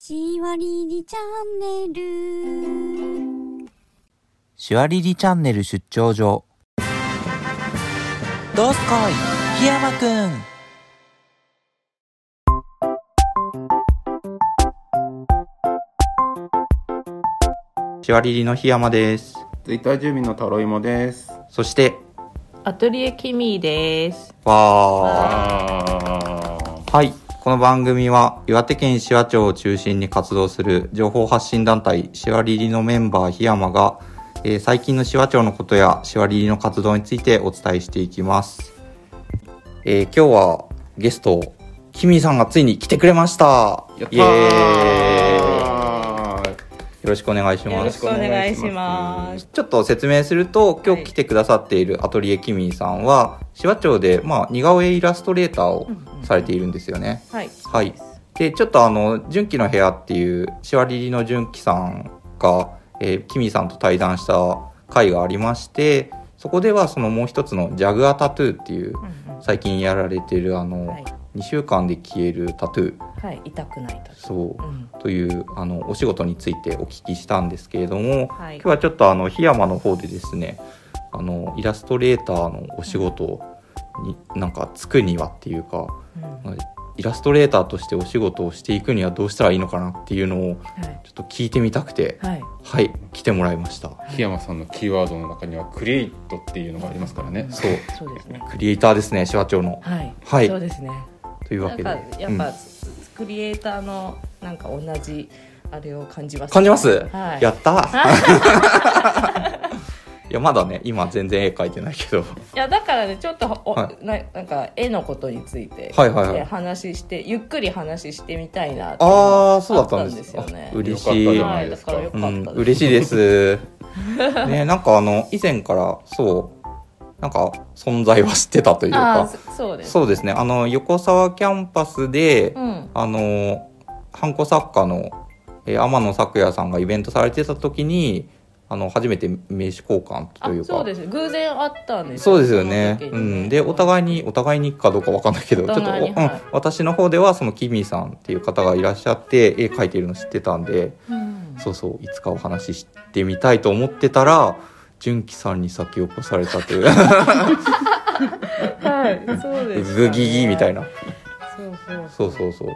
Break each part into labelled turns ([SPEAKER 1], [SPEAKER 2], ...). [SPEAKER 1] シワリリチャンネル。
[SPEAKER 2] シワリリチャンネル出張所どすこい檜山くん
[SPEAKER 3] シワリリの檜山です。
[SPEAKER 4] ツイッター住民のタロイモです。
[SPEAKER 3] そして、
[SPEAKER 5] アトリエキミーです。
[SPEAKER 3] わ
[SPEAKER 4] あ
[SPEAKER 3] ー。はい。この番組は、岩手県紫波町を中心に活動する情報発信団体、シワリリのメンバー檜山が、えー最近の紫波町のことや、シワリリの活動についてお伝えしていきます。えー今日はゲスト、キミさんがついに来てくれました
[SPEAKER 4] やっ
[SPEAKER 3] イエーイ
[SPEAKER 4] たー
[SPEAKER 3] よろしくお願いし
[SPEAKER 5] よ
[SPEAKER 3] ま
[SPEAKER 5] ろ
[SPEAKER 3] す
[SPEAKER 5] し。くお願いします。
[SPEAKER 3] ちょっと説明すると、今日来てくださっているアトリエキミーさんは、紫波町で、まあ、似顔絵イラストレーターをされているんですよね。
[SPEAKER 5] はい。
[SPEAKER 3] はい。で、ちょっとあの、純喜の部屋っていう、シワリリの純喜さんが、えーキミーさんと対談した回がありまして、そこではそのもう一つのジャグアタトゥーっていう、最近やられてるあの、
[SPEAKER 5] はい。
[SPEAKER 3] 2週間で消えるタトゥー、
[SPEAKER 5] はい。痛くないと。
[SPEAKER 3] そう
[SPEAKER 5] う、ん。
[SPEAKER 3] というあのお仕事についてお聞きしたんですけれども、
[SPEAKER 5] はい
[SPEAKER 3] 今日はちょっとあの檜山の方でですねあのイラストレーターのお仕事に、なんかつくにはっていうか
[SPEAKER 5] うんは
[SPEAKER 3] イラストレーターとしてお仕事をしていくにはどうしたらいいのかなっていうのをち
[SPEAKER 5] い。
[SPEAKER 3] ょっと聞いてみたくて
[SPEAKER 5] はい。
[SPEAKER 3] はい来てもらいました
[SPEAKER 4] 檜山さんのキーワードの中にはクリエイトっていうのがありますからね。
[SPEAKER 3] そう
[SPEAKER 5] そうですね。
[SPEAKER 3] クリエイターですね手話長の
[SPEAKER 5] はい。
[SPEAKER 3] はい
[SPEAKER 5] そうですね。
[SPEAKER 3] という
[SPEAKER 5] な
[SPEAKER 3] わ
[SPEAKER 5] ん
[SPEAKER 3] けで
[SPEAKER 5] か、やっ
[SPEAKER 3] う
[SPEAKER 5] ぱ
[SPEAKER 3] ん、
[SPEAKER 5] クリエイターの、なんか同じ、あれを感じます。
[SPEAKER 3] 感じます、
[SPEAKER 5] はい。
[SPEAKER 3] やったーいやまだね今全然絵描いてないけ ど
[SPEAKER 5] いやだからねちょっとお、
[SPEAKER 3] は
[SPEAKER 5] ななんか絵のことについて、
[SPEAKER 3] はいはいはい
[SPEAKER 5] 話してゆっくり話してみたいなっていうのが
[SPEAKER 3] ああそうだったんです
[SPEAKER 5] あったんですよ
[SPEAKER 3] あ
[SPEAKER 5] ね
[SPEAKER 3] 嬉しい
[SPEAKER 4] よかった
[SPEAKER 5] はいだからよか
[SPEAKER 3] う
[SPEAKER 5] った
[SPEAKER 3] ん
[SPEAKER 5] です、
[SPEAKER 3] 嬉しいです ねなんかあの以前からそうなんか存在は知ってたという
[SPEAKER 5] ああ
[SPEAKER 3] か
[SPEAKER 5] そそうです
[SPEAKER 3] そうですねあの横沢キャンパスで、
[SPEAKER 5] うん
[SPEAKER 3] あのハンコ作家の、えー天野咲也さんがイベントされてた時にあの初めて名刺交換
[SPEAKER 5] あ
[SPEAKER 3] というか
[SPEAKER 5] そうです偶然あったんです
[SPEAKER 3] そうですよね。
[SPEAKER 5] その時
[SPEAKER 3] う
[SPEAKER 5] にね
[SPEAKER 3] ん、でお互いにお互いにかどうかわかんないけど、
[SPEAKER 5] お
[SPEAKER 3] ちょっと、
[SPEAKER 5] 互いに
[SPEAKER 3] おうん
[SPEAKER 5] はい、
[SPEAKER 3] 私の方ではそのキミさんっていう方がいらっしゃって絵描いてるの知ってたんで、
[SPEAKER 5] うん
[SPEAKER 3] そうそういつかお話ししてみたいと思ってたら、純喜さんに先を越されたという、
[SPEAKER 5] はいそうです
[SPEAKER 3] ズギギみたい
[SPEAKER 5] な
[SPEAKER 3] な、
[SPEAKER 5] そう
[SPEAKER 3] そう
[SPEAKER 5] そう
[SPEAKER 3] そうそう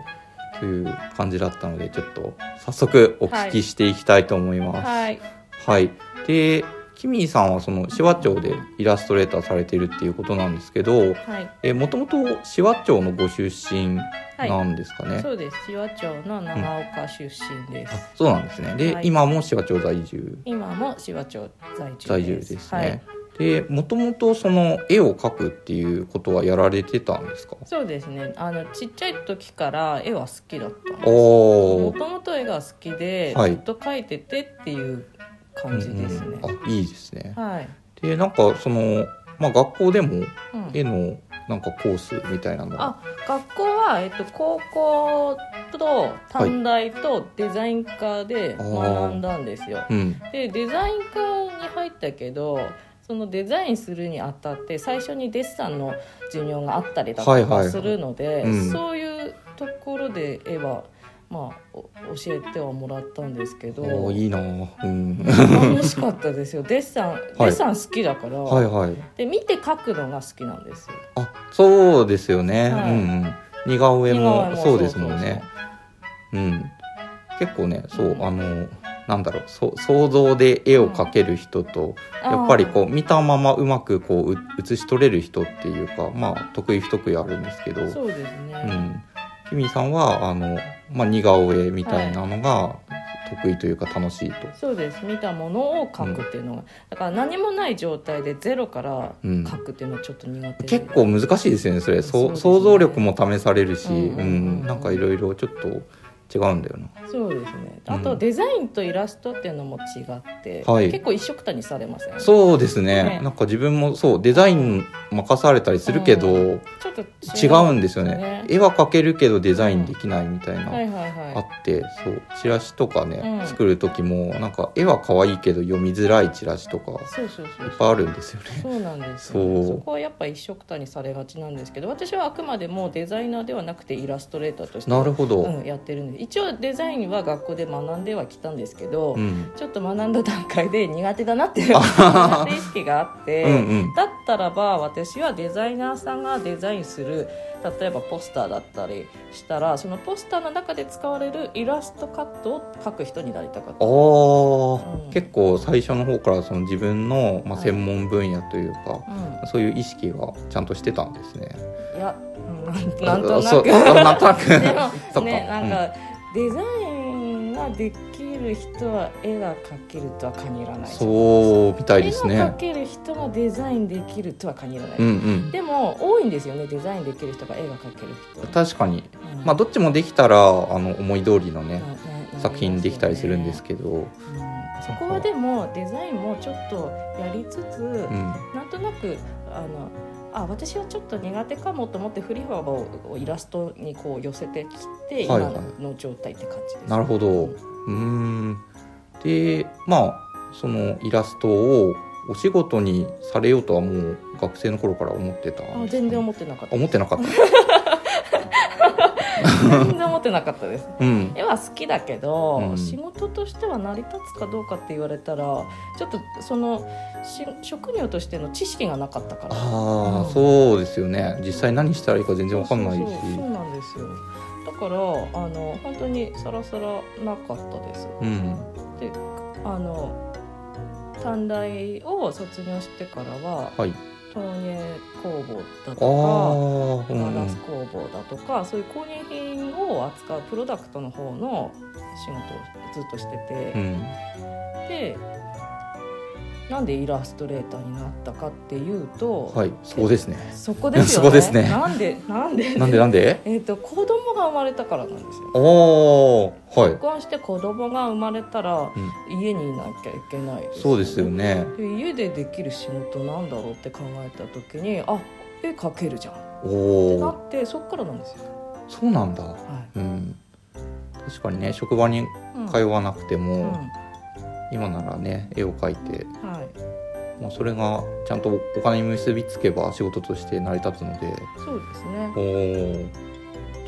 [SPEAKER 3] という感じだったので、ちょっと早速お聞きしていきたいと思います。はい。
[SPEAKER 5] はい
[SPEAKER 3] で、キミさんはその紫波町でイラストレーターされてるっていうことなんですけど、
[SPEAKER 5] はい
[SPEAKER 3] えー、もともと紫波町のご出身なんですかね。
[SPEAKER 5] そうです千葉町の長岡出身です、
[SPEAKER 3] あそうなんですね。で、
[SPEAKER 5] はい
[SPEAKER 3] 今も紫波町在住
[SPEAKER 5] 今も千葉町在住
[SPEAKER 3] 在住で
[SPEAKER 5] です
[SPEAKER 3] すね。
[SPEAKER 5] はい、
[SPEAKER 3] で、もともとその絵を描くっていうことはやられてたんですか。
[SPEAKER 5] そうですねあのちっちゃい時から絵は好きだったんです
[SPEAKER 3] お
[SPEAKER 5] も
[SPEAKER 3] お。
[SPEAKER 5] ともと絵が好きで、
[SPEAKER 3] はい
[SPEAKER 5] ずっと描いててっていう感じですね、
[SPEAKER 3] うんうんあ、いいですね。
[SPEAKER 5] はい、
[SPEAKER 3] で、なんかそのまあ学校でも
[SPEAKER 5] うん
[SPEAKER 3] 絵のなんかコースみたいなのが
[SPEAKER 5] あ学校は、えっと、高校と短大とデザイン科で学んだんですよ、
[SPEAKER 3] うん。
[SPEAKER 5] でデザイン科に入ったけどそのデザインするにあたって最初にデッサンの授業があったりだ
[SPEAKER 3] はい
[SPEAKER 5] と
[SPEAKER 3] は
[SPEAKER 5] か
[SPEAKER 3] い
[SPEAKER 5] するので、
[SPEAKER 3] うん
[SPEAKER 5] そういうところで絵は、まあ、お教えてはもらったんですけど
[SPEAKER 3] おお、いいなー。うん。
[SPEAKER 5] 楽しかったですよデッサン、デッサン好きだから、
[SPEAKER 3] はいはい。
[SPEAKER 5] で見て描くのが好きなんですよ
[SPEAKER 3] あ、そうですよね。
[SPEAKER 5] はい
[SPEAKER 3] うんうん。似顔絵
[SPEAKER 5] 今は
[SPEAKER 3] も
[SPEAKER 5] う
[SPEAKER 3] そうですもんね。
[SPEAKER 5] そうそう
[SPEAKER 3] うん、結構ねそう、
[SPEAKER 5] うん
[SPEAKER 3] あのなんだろうそう想像で絵を描ける人と、
[SPEAKER 5] うん
[SPEAKER 3] やっぱりこう見たままうまくこうう写し取れる人っていうかまあ得意不得意あるんですけど
[SPEAKER 5] そうです
[SPEAKER 3] う
[SPEAKER 5] ね、
[SPEAKER 3] ん、キミさんはあの、まあ、似顔絵みたいなのが得意というか楽しいと。
[SPEAKER 5] そうです見たものを描くっていうのが、だから何もない状態でゼロから
[SPEAKER 3] うん
[SPEAKER 5] 描くっていうのはちょっと苦手で
[SPEAKER 3] 結構難しいですよねそれ
[SPEAKER 5] そう
[SPEAKER 3] そ
[SPEAKER 5] ですね
[SPEAKER 3] 想像力も試されるし、う
[SPEAKER 5] うん
[SPEAKER 3] ん
[SPEAKER 5] うんうんうん
[SPEAKER 3] なんかいろいろちょっと違うんだよな
[SPEAKER 5] そうですね
[SPEAKER 3] うん
[SPEAKER 5] あとデザインとイラストっていうのも違って、
[SPEAKER 3] はい
[SPEAKER 5] 結構一緒くたにされませんちょ
[SPEAKER 3] そうですね
[SPEAKER 5] ね
[SPEAKER 3] なんか自分もそうデザイン任されたりするけど、
[SPEAKER 5] うっと
[SPEAKER 3] 違うんですよね
[SPEAKER 5] ね
[SPEAKER 3] 絵は描けるけどデザインできないみたいな、
[SPEAKER 5] はいはい
[SPEAKER 3] あ
[SPEAKER 5] は
[SPEAKER 3] ってそうチラシとかね、
[SPEAKER 5] うん
[SPEAKER 3] 作る時もなんか絵は可愛いけど読みづらいチラシとかい
[SPEAKER 5] いそうそうそう
[SPEAKER 3] っぱいあるんですよね。
[SPEAKER 5] そうなんですよね
[SPEAKER 3] そう
[SPEAKER 5] そこはやっぱ一緒くたにされがちなんですけど私はあくまでもデザイナーではなくてイラストレーターとして
[SPEAKER 3] なるほど、
[SPEAKER 5] うん、やってるんで一応デザインは学校で学んではきたんですけど、
[SPEAKER 3] うん
[SPEAKER 5] ちょっと学んだ段階で苦手だなっていう苦手意識があって
[SPEAKER 3] うんうん
[SPEAKER 5] だったらば私はデザイナーさんがデザインする例えばポスターだったりしたらそのポスターの中で使われるイラストカットを描く人になりたかった。
[SPEAKER 3] ああ、
[SPEAKER 5] うん
[SPEAKER 3] 結構最初の方からその自分の、まあ、
[SPEAKER 5] はい
[SPEAKER 3] 専門分野というか、
[SPEAKER 5] うん
[SPEAKER 3] そういう意識はちゃんとしてたんですね。
[SPEAKER 5] いや、うん、なんとな
[SPEAKER 3] そう
[SPEAKER 5] く
[SPEAKER 3] あ なん となく
[SPEAKER 5] でも
[SPEAKER 3] そっか
[SPEAKER 5] ねなんか、デザインができる人は絵が描けるとは限らない
[SPEAKER 3] そうみたいです
[SPEAKER 5] 絵が
[SPEAKER 3] ね
[SPEAKER 5] 描。ける人がデザインできるとは限らない、
[SPEAKER 3] うんうん。
[SPEAKER 5] でも多いんですよねデザインできる人が絵が描ける人、
[SPEAKER 3] 確かに、
[SPEAKER 5] うん
[SPEAKER 3] まあどっちもできたらあの思い通りのね
[SPEAKER 5] なななりますよね
[SPEAKER 3] 作品できたりするんですけど、
[SPEAKER 5] うんそこはでもデザインもちょっとやりつつ、
[SPEAKER 3] うん、
[SPEAKER 5] なんとなくあのあ私はちょっと苦手かもと思って振り幅ををイラストにこう寄せてきて、
[SPEAKER 3] はいはい
[SPEAKER 5] 今の状態って感じです、
[SPEAKER 3] なるほど。うーん。で、まあそのイラストをお仕事にされようとはもう学生の頃から思ってたんですか。
[SPEAKER 5] あ全然思ってなかった
[SPEAKER 3] 思ってなかった。
[SPEAKER 5] 全然思ってなかったです
[SPEAKER 3] うん。
[SPEAKER 5] 絵は好きだけど、
[SPEAKER 3] うん
[SPEAKER 5] 仕事としては成り立つかどうかって言われたらちょっとそのし職業としての知識がなかったから
[SPEAKER 3] ああ、
[SPEAKER 5] うん
[SPEAKER 3] そうですよね。実際何したらいいか全然わかんないし
[SPEAKER 5] そう。そうそうなんですよだからあの本当にさらさらなかったです
[SPEAKER 3] うん。
[SPEAKER 5] あの短大を卒業してからは
[SPEAKER 3] はい。
[SPEAKER 5] 陶芸工房
[SPEAKER 3] あ
[SPEAKER 5] だ
[SPEAKER 3] あ
[SPEAKER 5] と
[SPEAKER 3] う
[SPEAKER 5] か、ガ
[SPEAKER 3] んう
[SPEAKER 5] ラス
[SPEAKER 3] ん。
[SPEAKER 5] 工房だとかそういう工芸品を扱うプロダクトの方の仕事をずっとしてて、
[SPEAKER 3] うん。
[SPEAKER 5] でなんでイラストレーターになったかっていうと、
[SPEAKER 3] はい。そうですね。
[SPEAKER 5] そこです
[SPEAKER 3] そ
[SPEAKER 5] よね
[SPEAKER 3] こですね
[SPEAKER 5] なんでなんで
[SPEAKER 3] なんでなんで？
[SPEAKER 5] えっと子供が生まれたからなんですよ
[SPEAKER 3] ああ、はい
[SPEAKER 5] 結。婚して子供が生まれたら家にいなきゃいけないですよ
[SPEAKER 3] そう
[SPEAKER 5] ね
[SPEAKER 3] ですよね。
[SPEAKER 5] で家でできる仕事なんだろうって考えた時にあ絵描けるじゃんっ
[SPEAKER 3] お
[SPEAKER 5] てな
[SPEAKER 3] お、
[SPEAKER 5] ってそっからなんですよ、
[SPEAKER 3] そうなんだ。
[SPEAKER 5] は
[SPEAKER 3] うん。確かにね、職場に
[SPEAKER 5] いうん
[SPEAKER 3] 通わなくても、
[SPEAKER 5] うん
[SPEAKER 3] 今ならね、絵を描いて、
[SPEAKER 5] はい、
[SPEAKER 3] まあそれがちゃんとお金に結びつけば仕事として成り立つので、
[SPEAKER 5] そうですね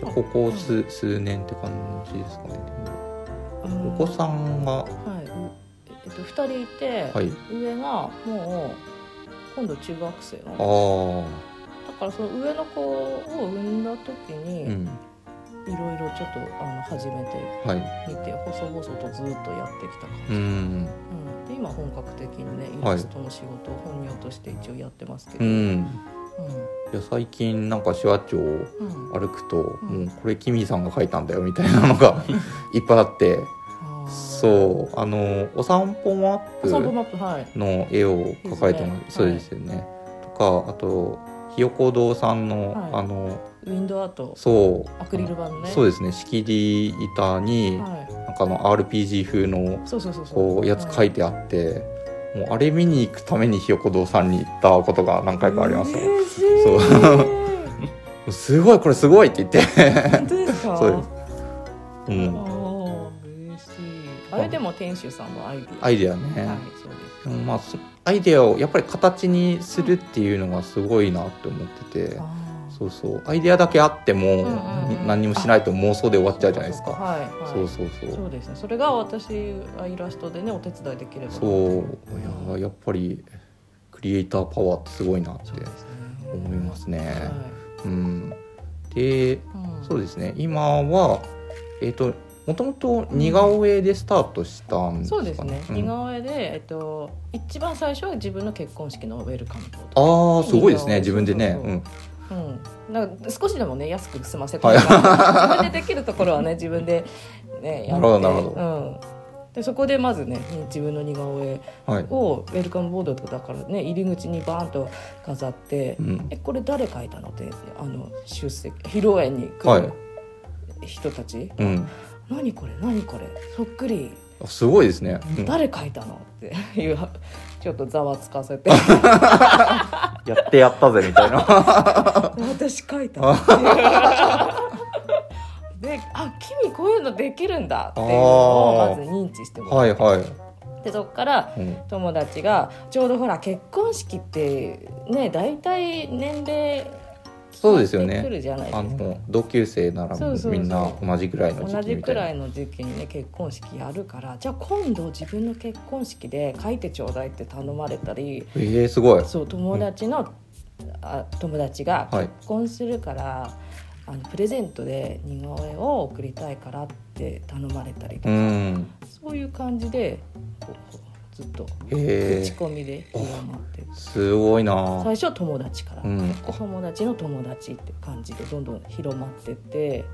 [SPEAKER 3] おお。じゃあここ数数年って感じですかね。
[SPEAKER 5] うん
[SPEAKER 3] お子さんが、
[SPEAKER 5] はい、えっと、2人いて、
[SPEAKER 3] はい。
[SPEAKER 5] 上がもう今度中学生な
[SPEAKER 3] あ
[SPEAKER 5] の
[SPEAKER 3] あ、
[SPEAKER 5] だからその上の子を産んだ時に
[SPEAKER 3] う
[SPEAKER 5] い
[SPEAKER 3] ん。
[SPEAKER 5] ろいろちょっとあの始めて
[SPEAKER 3] はい。
[SPEAKER 5] みて細々とずっとやってきた感
[SPEAKER 3] う
[SPEAKER 5] じ、
[SPEAKER 3] ん。
[SPEAKER 5] うんで今本格的にねイ
[SPEAKER 3] はい
[SPEAKER 5] ラストの仕事を本業として一応やってますけ
[SPEAKER 3] う
[SPEAKER 5] ど、
[SPEAKER 3] ん。
[SPEAKER 5] うん
[SPEAKER 3] いや最近なんか手話帳
[SPEAKER 5] うん
[SPEAKER 3] 歩くと、
[SPEAKER 5] うん
[SPEAKER 3] もうこれキミさんが書いたんだよみたいなのが いっぱいあって
[SPEAKER 5] あー
[SPEAKER 3] そうあのお散歩マ
[SPEAKER 5] お散歩
[SPEAKER 3] ッ
[SPEAKER 5] マップはい
[SPEAKER 3] プの絵を描かれて
[SPEAKER 5] で
[SPEAKER 3] ますそ
[SPEAKER 5] すね
[SPEAKER 3] うですよね、とかあとひよこ堂さんの、
[SPEAKER 5] はい
[SPEAKER 3] あの
[SPEAKER 5] ウィンドウアート
[SPEAKER 3] そう
[SPEAKER 5] アクリル板のね
[SPEAKER 3] そうですね仕切り板に、
[SPEAKER 5] は
[SPEAKER 3] なんかあの RPG 風の
[SPEAKER 5] い、そうそうそうそう
[SPEAKER 3] こうやつ書いてあって、もうあれ見に行くためにひよこ堂さんに行ったことが何回かあります、
[SPEAKER 5] 嬉しい
[SPEAKER 3] そうすごいこれすごいって言って
[SPEAKER 5] 本当ですか
[SPEAKER 3] そうです
[SPEAKER 5] あ
[SPEAKER 3] うん、
[SPEAKER 5] ー嬉しいあれでも店主さんのアイディア
[SPEAKER 3] アイデアね、
[SPEAKER 5] はいそうで
[SPEAKER 3] でもまあそアイデアをやっぱり形にするっていうのがすごいなって思ってて
[SPEAKER 5] すあー
[SPEAKER 3] そうそうアイデアだけあっても、
[SPEAKER 5] んうんうん
[SPEAKER 3] 何にもしないと妄想で終わっちゃうじゃないです
[SPEAKER 5] そう
[SPEAKER 3] か
[SPEAKER 5] はいはい
[SPEAKER 3] そうそうそう
[SPEAKER 5] そうですねそれが私はイラストでねお手伝いできれば
[SPEAKER 3] そういやーやっぱりクリエイターパワーってすごいなって
[SPEAKER 5] そうですね
[SPEAKER 3] 思いますね、
[SPEAKER 5] は
[SPEAKER 3] うんで
[SPEAKER 5] いうん
[SPEAKER 3] そうですね今はえっ、ともともと似顔絵でスタートしたんですか
[SPEAKER 5] そうですね、
[SPEAKER 3] ん
[SPEAKER 5] 似顔絵で、えっと、一番最初は自分の結婚式のウェルカムとか、
[SPEAKER 3] ああすごいですね
[SPEAKER 5] 似
[SPEAKER 3] 自
[SPEAKER 5] 顔絵
[SPEAKER 3] 分でね
[SPEAKER 5] そうそううん、なんか少しでもね安く済ませた
[SPEAKER 3] はい
[SPEAKER 5] いから自分でできるところ はね自分で、ね、や
[SPEAKER 3] な
[SPEAKER 5] って
[SPEAKER 3] るほどなるほ
[SPEAKER 5] うん、でそこでまずね自分の似顔絵
[SPEAKER 3] うんはい、
[SPEAKER 5] をウェルカムボードとかだからね入り口にバーンと飾って「
[SPEAKER 3] うん、
[SPEAKER 5] えこれ誰描いたの?」ってあの出席披露宴に来
[SPEAKER 3] はい
[SPEAKER 5] る人たち
[SPEAKER 3] うん
[SPEAKER 5] 「何これ何これそっくり」
[SPEAKER 3] あすごいですね。うん
[SPEAKER 5] 誰書いたのっていう ちょっとざわつ かせて
[SPEAKER 3] やってやったぜみたいな。
[SPEAKER 5] 私書いたのっていう であ君こういうのできるんだっていうのをまず認知してもらっ
[SPEAKER 3] はいはい。
[SPEAKER 5] てそっから
[SPEAKER 3] うん
[SPEAKER 5] 友達がちょうどほら結婚式ってね大体年齢
[SPEAKER 3] そうです よね
[SPEAKER 5] 決まってくるじゃない
[SPEAKER 3] あ
[SPEAKER 5] ですか
[SPEAKER 3] の同級生なら
[SPEAKER 5] そうそうそう
[SPEAKER 3] みんな同じぐらいの時
[SPEAKER 5] 同
[SPEAKER 3] 期
[SPEAKER 5] じ
[SPEAKER 3] みた
[SPEAKER 5] く
[SPEAKER 3] いな
[SPEAKER 5] らいの時期にね結婚式やるからじゃあ今度自分の結婚式で書いてちょうだいって頼まれたり
[SPEAKER 3] えー、すごい
[SPEAKER 5] そう友達の、あ友達が
[SPEAKER 3] はい
[SPEAKER 5] 結婚するから、あのプレゼントで似顔絵を送りたいからって頼まれたり
[SPEAKER 3] う
[SPEAKER 5] とか、
[SPEAKER 3] ん
[SPEAKER 5] そういう感じでこうこうずっと
[SPEAKER 3] へ
[SPEAKER 5] 口
[SPEAKER 3] え
[SPEAKER 5] コミで広まって
[SPEAKER 3] すごいな
[SPEAKER 5] 最初は友達から、
[SPEAKER 3] うんあ
[SPEAKER 5] 友達の友達って感じでどんどん広まってって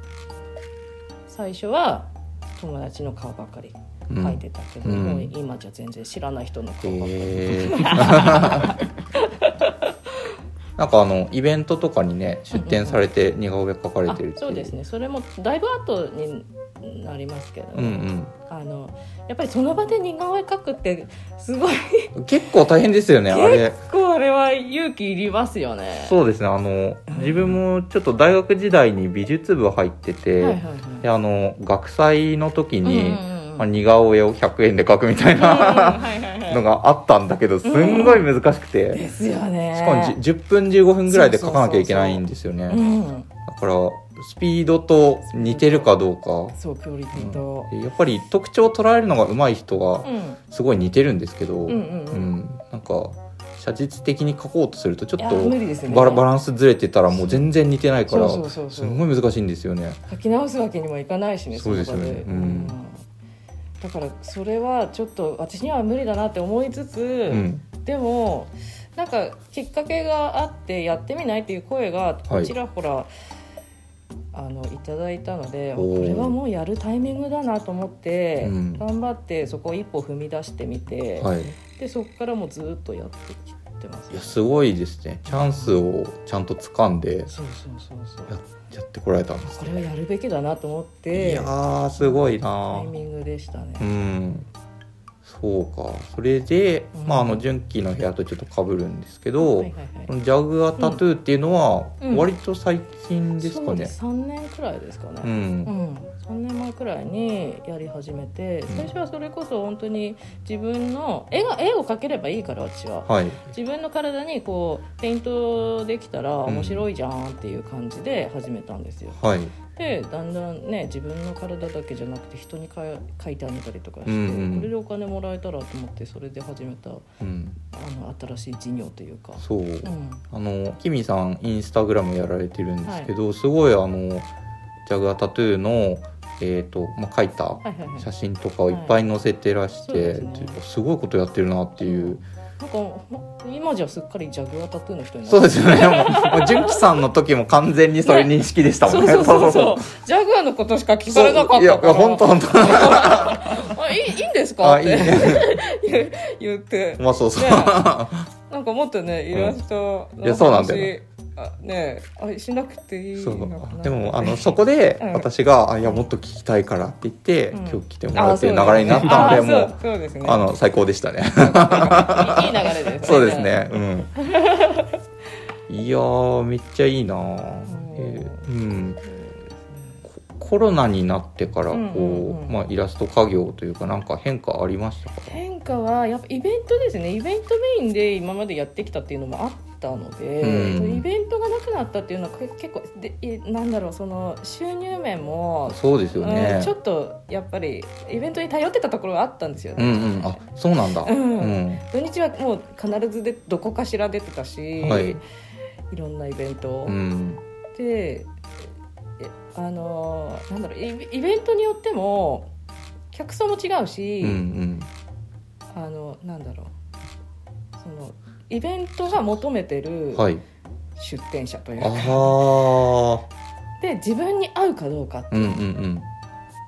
[SPEAKER 5] 最初は友達の顔ばっかり
[SPEAKER 3] うん
[SPEAKER 5] 書いてたけど、
[SPEAKER 3] うん
[SPEAKER 5] もう今じゃ全然知らない人の顔ばっかり、
[SPEAKER 3] へえ なんかあのイベントとかにね出展されて似顔絵描かれてるってい
[SPEAKER 5] あそうですねそれもだいぶ後になりますけど、
[SPEAKER 3] うん
[SPEAKER 5] あのやっぱりその場で似顔絵描くってすごい
[SPEAKER 3] うん、結構大変ですよねあれ
[SPEAKER 5] 結構あれは勇気いりますよね。
[SPEAKER 3] そうですねあの自分もちょっと大学時代に美術部入ってて、
[SPEAKER 5] はいはいはい
[SPEAKER 3] であの学祭の時に、
[SPEAKER 5] うんうんうん
[SPEAKER 3] まあ、似顔絵を100円で描くみたいな
[SPEAKER 5] はいはいはい
[SPEAKER 3] のがあったんだけどすんごい難しく
[SPEAKER 5] で
[SPEAKER 3] て、
[SPEAKER 5] すよね。
[SPEAKER 3] しかもじ10分15分ぐらいで描かなきゃいけないんですよね
[SPEAKER 5] うん、
[SPEAKER 3] だからスピードと似てるかどうか
[SPEAKER 5] そうクオリティと、
[SPEAKER 3] でやっぱり特徴を捉えるのが上手い人
[SPEAKER 5] う
[SPEAKER 3] は
[SPEAKER 5] ん、
[SPEAKER 3] すごい似てるんですけど、
[SPEAKER 5] うんうんう
[SPEAKER 3] う
[SPEAKER 5] ん
[SPEAKER 3] んなんか写実的に描こうとするとちょっ
[SPEAKER 5] いや無理です
[SPEAKER 3] と
[SPEAKER 5] よね
[SPEAKER 3] バラバランスずれてたらもう全然似てないか
[SPEAKER 5] そ
[SPEAKER 3] ら
[SPEAKER 5] うそうそう
[SPEAKER 3] す
[SPEAKER 5] そうん
[SPEAKER 3] ごい難しいんですよね。
[SPEAKER 5] 書き直すわけにもいかないしね
[SPEAKER 3] そうですよね
[SPEAKER 5] の場
[SPEAKER 3] うん
[SPEAKER 5] だからそれはちょっと私には無理だなって思いつつ、
[SPEAKER 3] うん
[SPEAKER 5] でもなんかきっかけがあってやってみないっていう声が
[SPEAKER 3] はい
[SPEAKER 5] ちらほら、あのいただいたので
[SPEAKER 3] おー
[SPEAKER 5] これはもうやるタイミングだなと思って、
[SPEAKER 3] うん
[SPEAKER 5] 頑張ってそこを一歩踏み出してみて、
[SPEAKER 3] はい、い
[SPEAKER 5] でそこからもうずっとやってきてます
[SPEAKER 3] やすごいですねチャンスをちゃんと掴んで
[SPEAKER 5] そうそうそうそう
[SPEAKER 3] ややってこられたんです
[SPEAKER 5] これはやるべきだなと思っ
[SPEAKER 3] い
[SPEAKER 5] て
[SPEAKER 3] やーすごいな
[SPEAKER 5] タイ
[SPEAKER 3] ー
[SPEAKER 5] ミングでしたね。
[SPEAKER 3] うんそうかそれで、
[SPEAKER 5] うん
[SPEAKER 3] まああの純喜の部屋とちょっとかぶるんですけど、
[SPEAKER 5] はいはいはい
[SPEAKER 3] このジャグアタトゥーっていうのは
[SPEAKER 5] うん
[SPEAKER 3] 割と最近です
[SPEAKER 5] そ
[SPEAKER 3] か
[SPEAKER 5] う
[SPEAKER 3] ね
[SPEAKER 5] す3年くらいですか
[SPEAKER 3] う
[SPEAKER 5] ね、うんん3年前くらいにやり始めて最初はそれこそ本当に自分の絵が絵を描ければいいから私は
[SPEAKER 3] はい
[SPEAKER 5] 自分の体にこうペイントできたら
[SPEAKER 3] ん
[SPEAKER 5] 面白いじゃんっていう感じで始めたんですよ
[SPEAKER 3] はい
[SPEAKER 5] でだんだんね自分の体だけじゃなくて人にか描いてあげたりとかして、
[SPEAKER 3] うんうん
[SPEAKER 5] これでお金もらえたらと思ってそれで始めたあ
[SPEAKER 3] うん
[SPEAKER 5] の新しい事業というか、
[SPEAKER 3] そう
[SPEAKER 5] うん、
[SPEAKER 3] あのキミさんインスタグラムやられてるんですけど、すごいあのジャグアタトゥーのえっ、とまあ描いた
[SPEAKER 5] はいはいはい
[SPEAKER 3] 写真とかをいっぱい載せてらして、
[SPEAKER 5] はいそうですね
[SPEAKER 3] ていうかすごいことやってるなっていう、
[SPEAKER 5] なんかほ今じゃすっかりジャグアタトゥーの人にな
[SPEAKER 3] そう
[SPEAKER 5] っ
[SPEAKER 3] ですよ ねもうもう純喜さんの時も完全にそれ認識でしたも
[SPEAKER 5] そ
[SPEAKER 3] ん
[SPEAKER 5] う
[SPEAKER 3] ね
[SPEAKER 5] そうそうそう。ジャグアのことしか聞かれなか
[SPEAKER 3] そう
[SPEAKER 5] っ
[SPEAKER 3] いや
[SPEAKER 5] た
[SPEAKER 3] い
[SPEAKER 5] から。
[SPEAKER 3] や本当本当
[SPEAKER 5] あいいいいんですか
[SPEAKER 3] あ
[SPEAKER 5] っ
[SPEAKER 3] いい
[SPEAKER 5] て
[SPEAKER 3] ね
[SPEAKER 5] 言って。
[SPEAKER 3] まあそう そう、
[SPEAKER 5] ねなんかもっとねイラストの話、
[SPEAKER 3] いやそうなんだよ
[SPEAKER 5] あねあしなくていい
[SPEAKER 3] そ
[SPEAKER 5] の
[SPEAKER 3] う
[SPEAKER 5] かな
[SPEAKER 3] でもあのそこで
[SPEAKER 5] うん
[SPEAKER 3] 私が「あいやもっと聞きたいから」って言って、
[SPEAKER 5] うん
[SPEAKER 3] 今日来てもらうっていう流れになったので
[SPEAKER 5] あそう
[SPEAKER 3] もう
[SPEAKER 5] あそうですね
[SPEAKER 3] あの最高でしたね
[SPEAKER 5] いいいい流れですね
[SPEAKER 3] そうですねうんいやーめっちゃいいなーえーうんこコロナになってからこう、
[SPEAKER 5] うんうんうん
[SPEAKER 3] まあ、イラスト家業というかなんか変化ありましたか
[SPEAKER 5] 変化はやっぱイベントですねイベントメインで今までやってきたっていうのもあったので、
[SPEAKER 3] うん
[SPEAKER 5] イベントがなくなったっていうのはけ結構でいなんだろうその収入面も
[SPEAKER 3] そうですよね、
[SPEAKER 5] うん、ちょっとやっぱりイベントに頼ってたところがあったんですよ
[SPEAKER 3] う
[SPEAKER 5] ね、
[SPEAKER 3] んうんあそうなんだ
[SPEAKER 5] うん
[SPEAKER 3] うん
[SPEAKER 5] 土日はもう必ずでどこかしら出てたし、
[SPEAKER 3] はい
[SPEAKER 5] い、ろんなイベント、
[SPEAKER 3] うん
[SPEAKER 5] でえあのーなんだろうイベイベントによっても客層も違うし、
[SPEAKER 3] うんうん
[SPEAKER 5] あのなんだろうそのイベントが求めてる
[SPEAKER 3] はい
[SPEAKER 5] 出店者という
[SPEAKER 3] あ
[SPEAKER 5] か、
[SPEAKER 3] あ
[SPEAKER 5] で自分に合うかどうかって
[SPEAKER 3] うんうん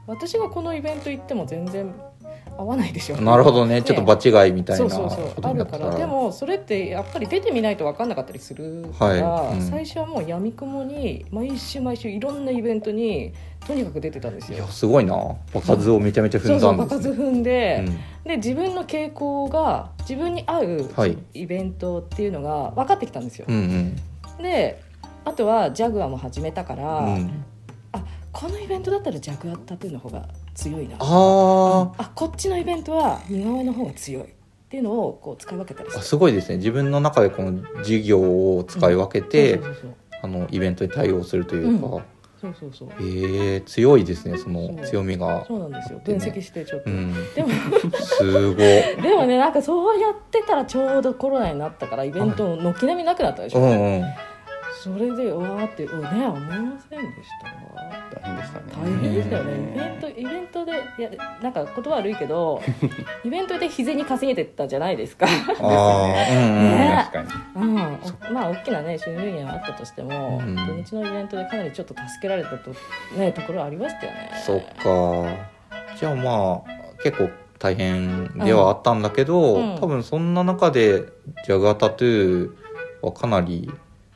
[SPEAKER 5] 私がこのイベント行っても全然合わないでしょ
[SPEAKER 3] うんなるほどねちょっと場違いみたい
[SPEAKER 5] そ
[SPEAKER 3] な
[SPEAKER 5] うそうそう
[SPEAKER 3] こと
[SPEAKER 5] あ
[SPEAKER 3] にな
[SPEAKER 5] る
[SPEAKER 3] った
[SPEAKER 5] からでもそれってやっぱり出てみないと分かんなかったりするから、
[SPEAKER 3] はいうん
[SPEAKER 5] 最初はもうやみくもに毎週毎週いろんなイベントにとにかく出てたんです
[SPEAKER 3] い
[SPEAKER 5] よ
[SPEAKER 3] や。すごいな場数をめちゃめちゃ踏
[SPEAKER 5] そ
[SPEAKER 3] ん
[SPEAKER 5] うそ
[SPEAKER 3] だ
[SPEAKER 5] うん場
[SPEAKER 3] です、ね、
[SPEAKER 5] 数踏んで,、
[SPEAKER 3] うん
[SPEAKER 5] で自分の傾向が自分に合う
[SPEAKER 3] はい
[SPEAKER 5] イベントっていうのが分かってきたんですよ。
[SPEAKER 3] うんうん
[SPEAKER 5] であとはジャグアも始めたから、
[SPEAKER 3] うん、
[SPEAKER 5] このイベントだったらジャグアタトゥーの方が強いな
[SPEAKER 3] あ
[SPEAKER 5] あこっちのイベントは似顔絵の方が強いっていうのをこう使い分けたり
[SPEAKER 3] ーあ
[SPEAKER 5] して
[SPEAKER 3] すごいですね自分の中でこの授業を使い分けて、
[SPEAKER 5] そうそうそうそう
[SPEAKER 3] あのイベントに対応するというか、
[SPEAKER 5] うそうそうそう
[SPEAKER 3] えー強いですねその
[SPEAKER 5] そう
[SPEAKER 3] 強みが
[SPEAKER 5] そうなんですよ分析してちょっと、
[SPEAKER 3] うん
[SPEAKER 5] でも
[SPEAKER 3] すごい
[SPEAKER 5] でもねなんかそうやってたらちょうどコロナになったからイベントも軒並みなくなったでし
[SPEAKER 3] う
[SPEAKER 5] ょ、
[SPEAKER 3] んうん
[SPEAKER 5] それでうわーってうわね思いませんでしたわ
[SPEAKER 4] 大変でしたね
[SPEAKER 5] 大変でしたよねイベントイベントでいやなんか言葉悪いけどイベントで日銭稼げてったじゃないですか、
[SPEAKER 3] ああうんうん、
[SPEAKER 5] ね
[SPEAKER 4] 確かに
[SPEAKER 5] うん、おまあ大きなね収入源はあったとしても、
[SPEAKER 3] うん
[SPEAKER 5] 土日のイベントでかなりちょっと助けられたと,、ね、ところはありましたよね
[SPEAKER 3] そっかじゃあまあ結構大変ではあったんだけど、
[SPEAKER 5] うん
[SPEAKER 3] 多分そんな中でジャガータトゥーはかなり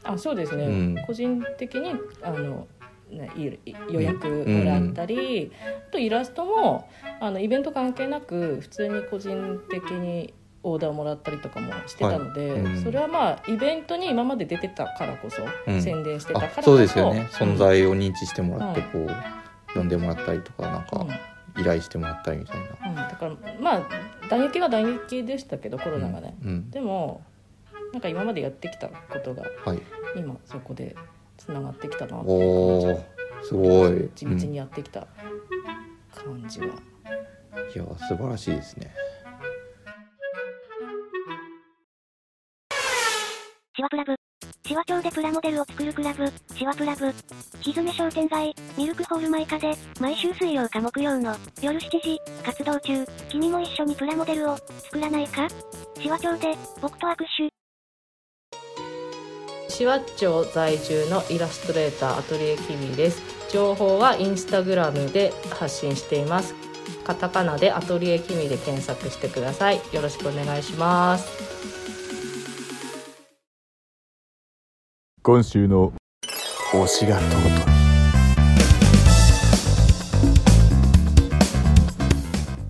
[SPEAKER 5] あそうですね、
[SPEAKER 3] うん
[SPEAKER 5] 個人的にあの、ね、いい予約もらったり、あとイラストもあのイベント関係なく普通に個人的にオーダーもらったりとかもしてたので、
[SPEAKER 3] はいうん
[SPEAKER 5] それはまあイベントに今まで出てたからこそ、
[SPEAKER 3] うん
[SPEAKER 5] 宣伝してたから
[SPEAKER 3] あ
[SPEAKER 5] こそ
[SPEAKER 3] そうですよね存在を認知してもらってこう、呼んでもらったりとかなん
[SPEAKER 5] うんうん
[SPEAKER 3] か依頼してもらったりみたいな、
[SPEAKER 5] うんだからまあ打撃は打撃でしたけどコロナがね、
[SPEAKER 3] うんうん
[SPEAKER 5] でもなんか今までやってきたことが
[SPEAKER 3] はい
[SPEAKER 5] 今そこでつながってきたなって
[SPEAKER 3] お
[SPEAKER 5] 感じ
[SPEAKER 3] ーすごい、
[SPEAKER 5] 地
[SPEAKER 3] うん
[SPEAKER 5] 道に
[SPEAKER 3] い
[SPEAKER 5] やってきた感じは、
[SPEAKER 3] や素晴らしいですね
[SPEAKER 1] シワプラブ。シワ町でプラモデルを作るクラブ、シワプラブ。ひずめ商店街、ミルクホール前風、毎週水曜か木曜の夜7時、活動中、君も一緒にプラモデルを作らないかシワ町で、僕と握手。
[SPEAKER 5] シワッチョ在住のイラストレーターアトリエキミです情報はインスタグラムで発信していますカタカナでアトリエキミで検索してくださいよろしくお願いします
[SPEAKER 6] 今週の推しが尊い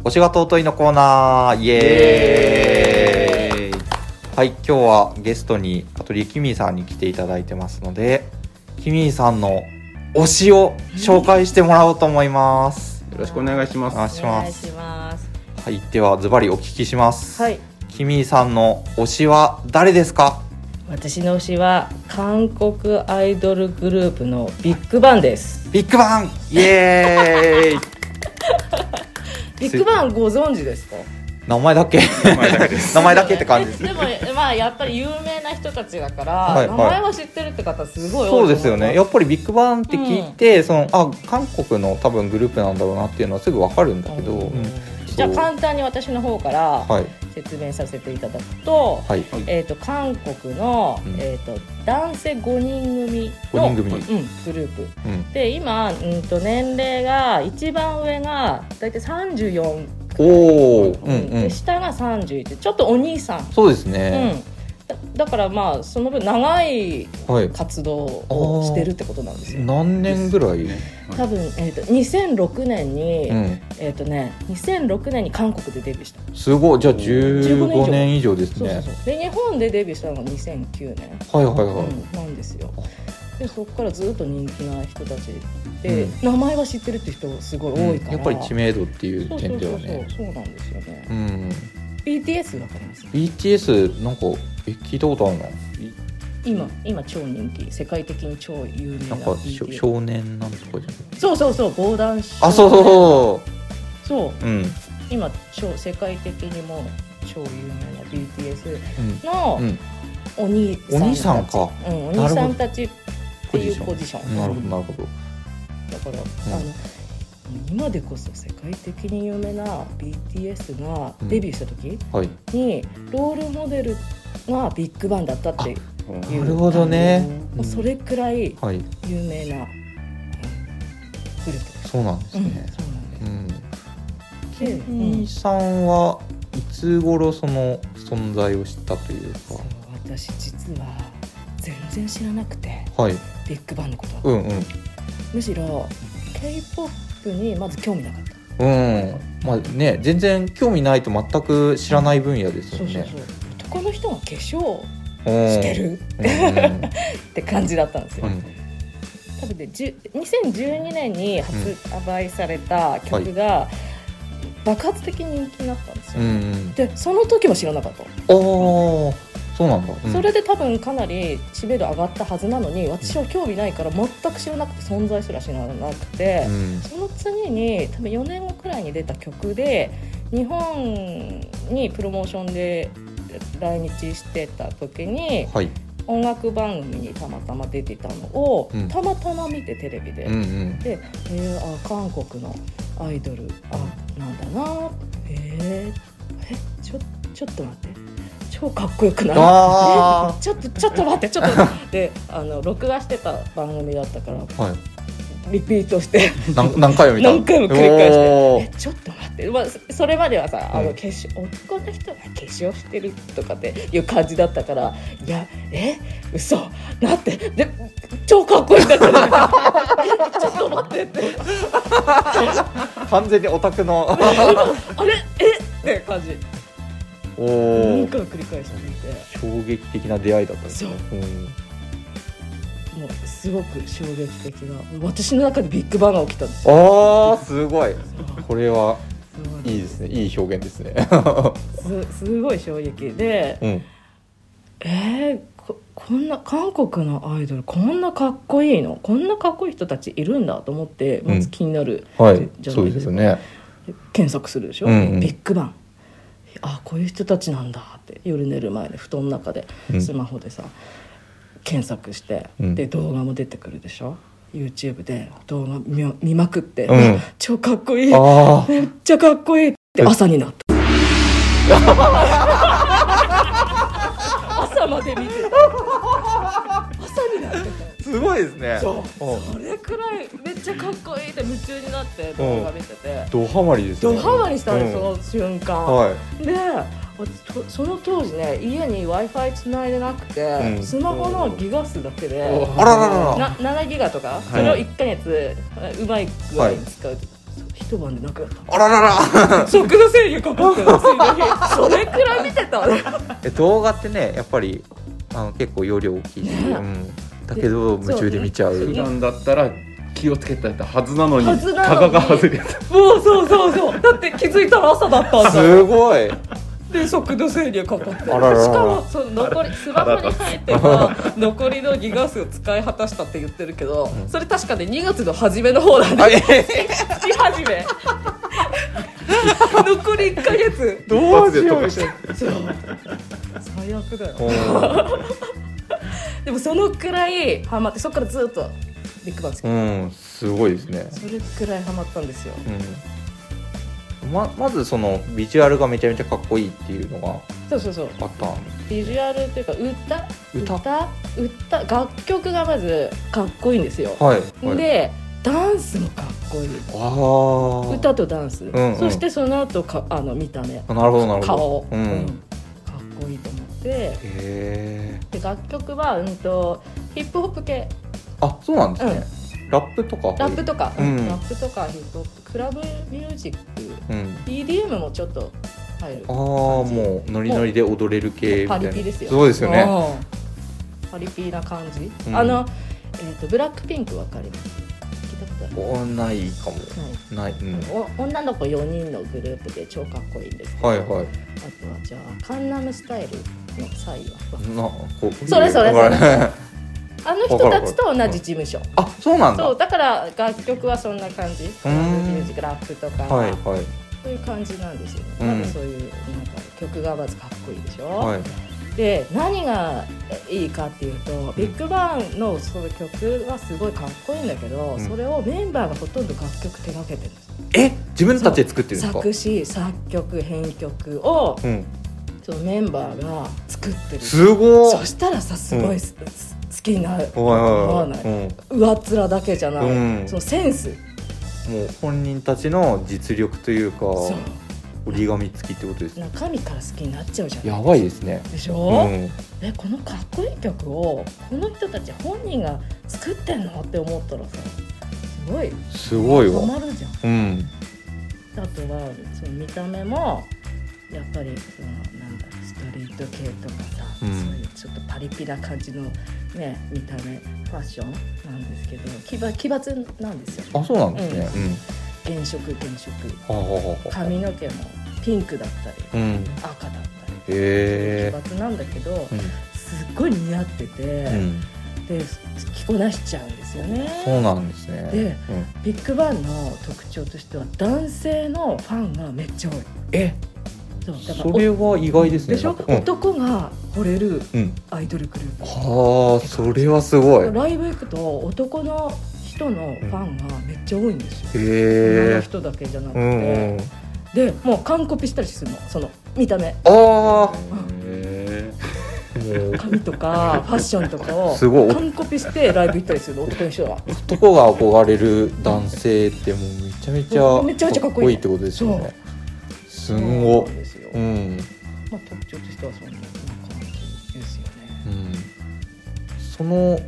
[SPEAKER 3] 推しが尊いのコーナーイエーイはい今日はゲストにアトリエキミーさんに来ていただいてますのでキミーさんの推しを紹介してもらおうと思います、
[SPEAKER 4] よろしくお願いしま
[SPEAKER 3] お願い
[SPEAKER 4] す
[SPEAKER 3] します
[SPEAKER 5] します
[SPEAKER 3] はいではズバリお聞きします、
[SPEAKER 5] はい
[SPEAKER 3] キミーさんの推しは誰ですか
[SPEAKER 5] 私の推しは韓国アイドルグループのビッグバンです
[SPEAKER 3] ビッグバンイエーイ
[SPEAKER 5] ビッグバンご存知ですか
[SPEAKER 3] 名前だけ
[SPEAKER 4] 名前だけです
[SPEAKER 3] 名前だけって感じです
[SPEAKER 5] でもまあやっぱり有名な人たちだから、
[SPEAKER 3] はい
[SPEAKER 5] 名前は知ってるって方すごい多いと
[SPEAKER 3] そ
[SPEAKER 5] 思
[SPEAKER 3] うですよねやっぱりビッグバンって聞いて、そのあ韓国の多分グループなんだろうなっていうのはすぐわかるんだけど、
[SPEAKER 5] うん
[SPEAKER 3] うん
[SPEAKER 5] じゃあ簡単に私の方から
[SPEAKER 3] はい
[SPEAKER 5] 説明させていただくと,、
[SPEAKER 3] はい
[SPEAKER 5] えー、と韓国の、
[SPEAKER 3] うん
[SPEAKER 5] えー、と男性5人組の
[SPEAKER 3] 5人組、うん
[SPEAKER 5] うん、グループで今、うん、と年齢が一番上が大体34、
[SPEAKER 3] おお、うんう
[SPEAKER 5] で
[SPEAKER 3] ん、
[SPEAKER 5] 下が31ちょっとお兄さん、
[SPEAKER 3] そうです
[SPEAKER 5] うん
[SPEAKER 3] ね、
[SPEAKER 5] だだからまあその分長い
[SPEAKER 3] はい
[SPEAKER 5] 活動をしてるってことなんですよ
[SPEAKER 3] 何年ぐらい、
[SPEAKER 5] 多分、えー、と2006年に、
[SPEAKER 3] うん
[SPEAKER 5] えっ、とね2006年に韓国でデビューした
[SPEAKER 3] すごいじゃあ15年以上です
[SPEAKER 5] そうそう
[SPEAKER 3] ね
[SPEAKER 5] そうで日本でデビューしたのが2009年、
[SPEAKER 3] はいはいはい、
[SPEAKER 5] うん、なんですよでそこからずっと人気な人たちで、
[SPEAKER 3] う
[SPEAKER 5] 名前は知ってるって人すごい多いから、
[SPEAKER 3] やっぱり知名度っていう
[SPEAKER 5] そうそ
[SPEAKER 3] 点
[SPEAKER 5] う
[SPEAKER 3] で
[SPEAKER 5] そう
[SPEAKER 3] は
[SPEAKER 5] そう
[SPEAKER 3] ね
[SPEAKER 5] そうなんですよね、
[SPEAKER 3] うん
[SPEAKER 5] BTS わかります
[SPEAKER 3] BTS なんかえ聞いたことあるな
[SPEAKER 5] 今今超人気世界的に超有名
[SPEAKER 3] な
[SPEAKER 5] な
[SPEAKER 3] んかしょ
[SPEAKER 5] BTS
[SPEAKER 3] 少年なんとかじゃない
[SPEAKER 5] そうそうそう防弾少
[SPEAKER 3] あそうそうそ
[SPEAKER 5] そう
[SPEAKER 3] ううん、うん、
[SPEAKER 5] 今超世界的にも超有名な BTS の
[SPEAKER 3] うん
[SPEAKER 5] お兄さんたち、
[SPEAKER 3] お兄さんか
[SPEAKER 5] うん、お
[SPEAKER 3] なるほど
[SPEAKER 5] 兄さんたちっていうポジション
[SPEAKER 3] なるほどなるほど
[SPEAKER 5] だから、あの今でこそ世界的に有名な BTS がデビューした時
[SPEAKER 3] はい
[SPEAKER 5] に、ロールモデルがビッグバンだったっていう
[SPEAKER 4] うん
[SPEAKER 3] なるほどね
[SPEAKER 5] もうそれくらい
[SPEAKER 3] はい
[SPEAKER 5] 有名なうんグループです、
[SPEAKER 3] そうなんです
[SPEAKER 5] うん
[SPEAKER 3] ね、
[SPEAKER 5] そうなんで
[SPEAKER 3] うん
[SPEAKER 5] すで
[SPEAKER 3] キミさんはいつ頃その存在を知ったという
[SPEAKER 5] そう私実は全然知らなくて
[SPEAKER 3] かはい
[SPEAKER 5] ビッグバンのことは、
[SPEAKER 3] うんうん
[SPEAKER 5] むしろ k p o p にまず興味なかった
[SPEAKER 3] うんまあね全然興味ないと全く知らない分野ですよ
[SPEAKER 5] そうそう
[SPEAKER 3] ね
[SPEAKER 5] そう男の人が化粧
[SPEAKER 3] し
[SPEAKER 5] してるって感じだったんですよ、多分で10 2012年に発売された曲が爆発的に人気になったんです
[SPEAKER 3] う
[SPEAKER 5] よ、
[SPEAKER 3] んうん
[SPEAKER 5] でその時も知らなかった
[SPEAKER 3] おおそうなんだ、うん
[SPEAKER 5] それで多分かなり知名度上がったはずなのに私は興味ないから全く知らなくて存在すら知らなくて、
[SPEAKER 3] うん
[SPEAKER 5] その次に多分4年後くらいに出た曲で日本にプロモーションで来日してた時に
[SPEAKER 3] はい
[SPEAKER 5] 音楽番組にたまたま出てたのを、
[SPEAKER 3] うん
[SPEAKER 5] たまたま見てテレビで、
[SPEAKER 3] うんうん
[SPEAKER 5] で、えーあ韓国のアイドルあなんだなえー、えちょちょっと待って超かっこよくない
[SPEAKER 3] あ
[SPEAKER 5] ちょっとちょっと待ってちょっと待ってであの録画してた番組だったから
[SPEAKER 3] あはい
[SPEAKER 5] リピートして
[SPEAKER 3] 何何回も見た
[SPEAKER 5] 何回も繰り返して
[SPEAKER 3] おー
[SPEAKER 5] えちょっと待って、まあ、そそれまではさ、あ
[SPEAKER 3] う
[SPEAKER 5] の
[SPEAKER 3] ん
[SPEAKER 5] 化粧男の人が化粧してるとかっていう感じだったからいやえ嘘だってで超かっこいいんだけど ちょっと待ってって
[SPEAKER 3] 完全にオタクの
[SPEAKER 5] あれえって感じ
[SPEAKER 3] お
[SPEAKER 5] 何
[SPEAKER 3] お
[SPEAKER 5] 回も繰り返して見て
[SPEAKER 3] 衝撃的な出会いだったんですねうん
[SPEAKER 5] もうすごく衝撃的な私の中でビッグバンが起きたんですよ
[SPEAKER 3] あ ーすごい
[SPEAKER 5] そう
[SPEAKER 3] これは
[SPEAKER 5] すごい
[SPEAKER 3] いいですねいい表現ですね
[SPEAKER 5] すすごい衝撃で
[SPEAKER 3] うん
[SPEAKER 5] えー、ここんな韓国のアイドルこんなかっこいいのこんなかっこいい人たちいるんだと思ってまず気になる、
[SPEAKER 3] はい
[SPEAKER 5] じゃあ
[SPEAKER 3] そうですよね
[SPEAKER 5] 検索するでしょ、
[SPEAKER 3] うんうん
[SPEAKER 5] ビッグバンあこういう人たちなんだって夜寝る前に布団の中で
[SPEAKER 3] うん
[SPEAKER 5] スマホでさ、検索して、
[SPEAKER 3] うん
[SPEAKER 5] で動画も出てくるでしょ YouTube で動画見見まくって、
[SPEAKER 3] うん
[SPEAKER 5] 超かっこいいめ
[SPEAKER 3] あ
[SPEAKER 5] っちゃかっこいいって朝になった 朝まで見てた朝になってた
[SPEAKER 3] あすごいですねうん
[SPEAKER 5] それくらいめっちゃかっこいいって夢中になって動画見てて
[SPEAKER 3] ドハマりです
[SPEAKER 5] ド
[SPEAKER 3] ね
[SPEAKER 5] ハマりしたの、
[SPEAKER 3] うん
[SPEAKER 5] その瞬間、
[SPEAKER 3] はい
[SPEAKER 5] で私とその当時ね家に w i f i つないでなくて、
[SPEAKER 3] うん
[SPEAKER 5] スマホのギガ数だけで
[SPEAKER 4] お
[SPEAKER 3] あららら
[SPEAKER 5] な
[SPEAKER 3] ら
[SPEAKER 5] 7ギガとか、それを1ヶ月うまい具合に使う、そう一晩でなくなっ
[SPEAKER 3] あららら
[SPEAKER 5] た食の制御かかってる次の日それくらい見てたね
[SPEAKER 3] え動画ってねやっぱりあの結構容量大きいし、
[SPEAKER 5] ね
[SPEAKER 3] うん、だけど夢中で見ちゃう
[SPEAKER 5] そう
[SPEAKER 4] 普
[SPEAKER 5] ね
[SPEAKER 4] 段だったら気をつけてたはずなのに
[SPEAKER 5] はずなのに
[SPEAKER 4] タガが外れた
[SPEAKER 5] もうそうそうそうだって気づいたら朝だったんだ
[SPEAKER 3] すご い
[SPEAKER 5] で速度制御かかって
[SPEAKER 3] あららら
[SPEAKER 5] しかもその残りスマホに入っては残りのギガ数を使い果たしたって言ってるけどそれ確かね2月の初めの方なんで
[SPEAKER 3] あえ
[SPEAKER 5] し始め残り1か月
[SPEAKER 3] どうしようみたい
[SPEAKER 5] 最悪だよ
[SPEAKER 3] な
[SPEAKER 5] でもそのくらいハマってそこからずっとビッグバン好き、
[SPEAKER 3] うん、うん、すごいですね、
[SPEAKER 5] それくらいハマったんですよ
[SPEAKER 3] うん、ままずそのビジュアルがめちゃめちゃかっこいいっていうのが
[SPEAKER 5] そうそうそう
[SPEAKER 3] あったんです
[SPEAKER 5] ビジュアルっていうか歌
[SPEAKER 3] 歌
[SPEAKER 5] 歌歌楽曲がまずかっこいいんですよ、
[SPEAKER 3] はい、はい、
[SPEAKER 5] でダンスもかっこいい
[SPEAKER 3] ああ
[SPEAKER 5] 歌とダンス、
[SPEAKER 3] んうん
[SPEAKER 5] そしてその後かあの見た目
[SPEAKER 3] なるほどなるほど
[SPEAKER 5] 顔、
[SPEAKER 3] うん
[SPEAKER 5] うんかっこいいと思って
[SPEAKER 3] へえ
[SPEAKER 5] で楽曲は、うん、とヒップホップ系、
[SPEAKER 3] あそうなんです
[SPEAKER 5] うん
[SPEAKER 3] ね、ラップとか
[SPEAKER 5] ラップとか、
[SPEAKER 3] うん
[SPEAKER 5] ラップとかヒップホップクラブミュージック
[SPEAKER 3] うん、
[SPEAKER 5] EDM もちょっと入る
[SPEAKER 3] ああもうノリノリで踊れる系みたい
[SPEAKER 5] パ
[SPEAKER 3] な
[SPEAKER 5] リピですよ
[SPEAKER 3] そうですよね
[SPEAKER 5] うんパリピーな感じ、
[SPEAKER 3] うん
[SPEAKER 5] あの、えー、とブラックピンクわかります聞いたことある
[SPEAKER 3] おないかもな
[SPEAKER 5] は
[SPEAKER 3] い、うん、
[SPEAKER 5] いお女の子4人のグループで超かっこいいんですけど、
[SPEAKER 3] はいはい
[SPEAKER 5] あとはじゃあカンナムスタイルのサイは
[SPEAKER 3] なこう
[SPEAKER 5] それそれそれ
[SPEAKER 3] わからない
[SPEAKER 5] あの人たちと同じ事務所
[SPEAKER 3] あそうなんだ
[SPEAKER 5] そうだから楽曲はそんな感じミュージックラップとか、
[SPEAKER 3] はいはい
[SPEAKER 5] そういう感じなんですよね、
[SPEAKER 3] うん
[SPEAKER 5] まずそういうなんか曲がまずかっこいいでしょ、
[SPEAKER 3] はい
[SPEAKER 5] で何がいいかっていうとビッグバンのその曲はすごいかっこいいんだけど、
[SPEAKER 3] うん
[SPEAKER 5] それをメンバーがほとんど楽曲手がけてるんです
[SPEAKER 3] え自分たちで作ってるんですか
[SPEAKER 5] 作詞作曲編曲を
[SPEAKER 3] うん
[SPEAKER 5] そのメンバーが作ってる
[SPEAKER 3] すごい
[SPEAKER 5] そしたらさすごいす、す好きになる
[SPEAKER 3] おい
[SPEAKER 5] 思
[SPEAKER 3] お
[SPEAKER 5] わ
[SPEAKER 3] い
[SPEAKER 5] ない
[SPEAKER 3] おい、うん、
[SPEAKER 5] 上っ面だけじゃない、
[SPEAKER 3] うん
[SPEAKER 5] そのセンス
[SPEAKER 3] もう本人たちの実力というか
[SPEAKER 5] そ
[SPEAKER 3] 折
[SPEAKER 5] う
[SPEAKER 3] り紙付きってことですね
[SPEAKER 5] 中身から好きになっちゃうじゃん
[SPEAKER 3] やばいですね
[SPEAKER 5] でし
[SPEAKER 3] う
[SPEAKER 5] ょ、
[SPEAKER 3] ん
[SPEAKER 5] えこのかっこいい曲をこの人たち本人が作ってんのって思ったらさすごい
[SPEAKER 3] すごい
[SPEAKER 5] ハ
[SPEAKER 3] わ
[SPEAKER 5] マるじゃん
[SPEAKER 3] うん
[SPEAKER 5] あとはその見た目もやっぱりそのなんだろうストリート系とかさ、
[SPEAKER 3] うん
[SPEAKER 5] そういうちょっとパリピな感じのね見た目ファッションなんですけど奇抜奇抜なんですよ
[SPEAKER 3] あそうなんですねうん
[SPEAKER 5] 原色原色
[SPEAKER 3] はあはあはあはあ
[SPEAKER 5] 髪の毛もピンクだったり
[SPEAKER 3] うん
[SPEAKER 5] 赤だったり
[SPEAKER 3] へ
[SPEAKER 5] 奇抜なんだけど
[SPEAKER 3] え。
[SPEAKER 5] すっごい似合ってて、
[SPEAKER 3] うん。うん。
[SPEAKER 5] で着こなしちゃうんですよね
[SPEAKER 3] そうなんですね。
[SPEAKER 5] で
[SPEAKER 3] うん。
[SPEAKER 5] ビッグバンの特徴としては男性のファンがめっちゃ多い
[SPEAKER 3] え、
[SPEAKER 5] そうだから
[SPEAKER 3] それは意外ですね。
[SPEAKER 5] でしょ、
[SPEAKER 3] うん。
[SPEAKER 5] 男が惚れる
[SPEAKER 3] うん。
[SPEAKER 5] アイドルグループ
[SPEAKER 3] はあ、それはすごい。へ
[SPEAKER 5] ライブ行くと男の人のファンがめっちゃ多いんですよ、女の
[SPEAKER 3] え。
[SPEAKER 5] 人だけじゃなくて、
[SPEAKER 3] うんうん。
[SPEAKER 5] でもう完コピしたりするのその見た目
[SPEAKER 3] あ
[SPEAKER 4] へ
[SPEAKER 3] あ、もう
[SPEAKER 5] 髪と かファッションとかを
[SPEAKER 3] すごい
[SPEAKER 5] 完コピしてライブ行ったりするの男の人は
[SPEAKER 3] 男が憧れる男性ってもうめちゃめちゃ
[SPEAKER 5] めちゃめちゃかっこいい
[SPEAKER 3] ってことですよね。す
[SPEAKER 5] そうん
[SPEAKER 3] ご
[SPEAKER 5] な。んですよ、
[SPEAKER 3] うん。
[SPEAKER 5] まあ、特徴としてはそんな感じですよね
[SPEAKER 3] うんその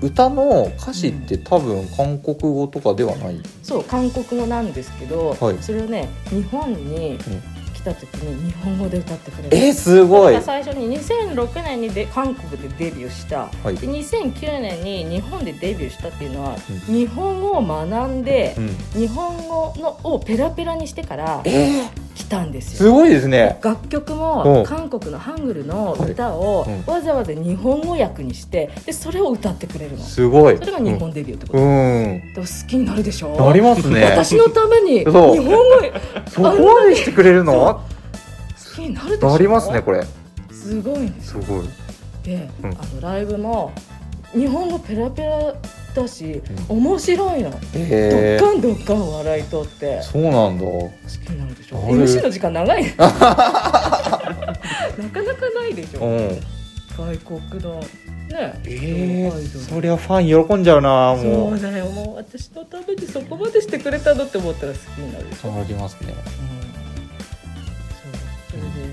[SPEAKER 3] う歌の歌詞って多分韓国語とかではない。
[SPEAKER 5] そう韓国語なんですけど、
[SPEAKER 3] はい
[SPEAKER 5] それをね日本に来た時に日本語で歌ってくれる
[SPEAKER 3] え、すごい。
[SPEAKER 5] だから最初に2006年にで韓国でデビューした、
[SPEAKER 3] はい
[SPEAKER 5] で2009年に日本でデビューしたっていうのは、
[SPEAKER 3] うん
[SPEAKER 5] 日本語を学んで
[SPEAKER 3] う、ん。
[SPEAKER 5] 日本語のをペラペラにしてから
[SPEAKER 3] え
[SPEAKER 5] 来たんです
[SPEAKER 3] す
[SPEAKER 5] よ
[SPEAKER 3] ごいですね。
[SPEAKER 5] 楽曲
[SPEAKER 3] う
[SPEAKER 5] も
[SPEAKER 3] ん
[SPEAKER 5] 韓国のハングルの歌を
[SPEAKER 3] はいうん
[SPEAKER 5] わざわざ日本語訳にしてでそれを歌ってくれるのそ
[SPEAKER 3] すごい。
[SPEAKER 5] れが日本デビューってこと、
[SPEAKER 3] うん。
[SPEAKER 5] でも好きになるでしょ
[SPEAKER 3] なりますね。
[SPEAKER 5] 私のために日
[SPEAKER 3] そう
[SPEAKER 5] 本語好
[SPEAKER 3] そこまでしてくれるの？
[SPEAKER 5] きになるでしょ
[SPEAKER 3] なりますねこれ。
[SPEAKER 5] すごいんです
[SPEAKER 3] すごい。
[SPEAKER 5] で、
[SPEAKER 3] うん
[SPEAKER 5] あのライブも日本語ペラペラだし、
[SPEAKER 3] う
[SPEAKER 5] 面白いの、ド
[SPEAKER 3] え
[SPEAKER 5] ッカンドッカン笑いとって
[SPEAKER 3] え。そうなんだ。
[SPEAKER 5] 好きになるでしょ
[SPEAKER 3] あれ
[SPEAKER 5] MC の時間長い なかなかないでし
[SPEAKER 3] う
[SPEAKER 5] ょ
[SPEAKER 3] ん。
[SPEAKER 5] 外国のね
[SPEAKER 3] ええ
[SPEAKER 5] アイドル
[SPEAKER 3] そりゃファン喜んじゃうなも
[SPEAKER 5] そううだよもう私のためにそこまでしてくれたのって思ったら好きになるでしょ、
[SPEAKER 3] そうなりますね
[SPEAKER 5] そうそれで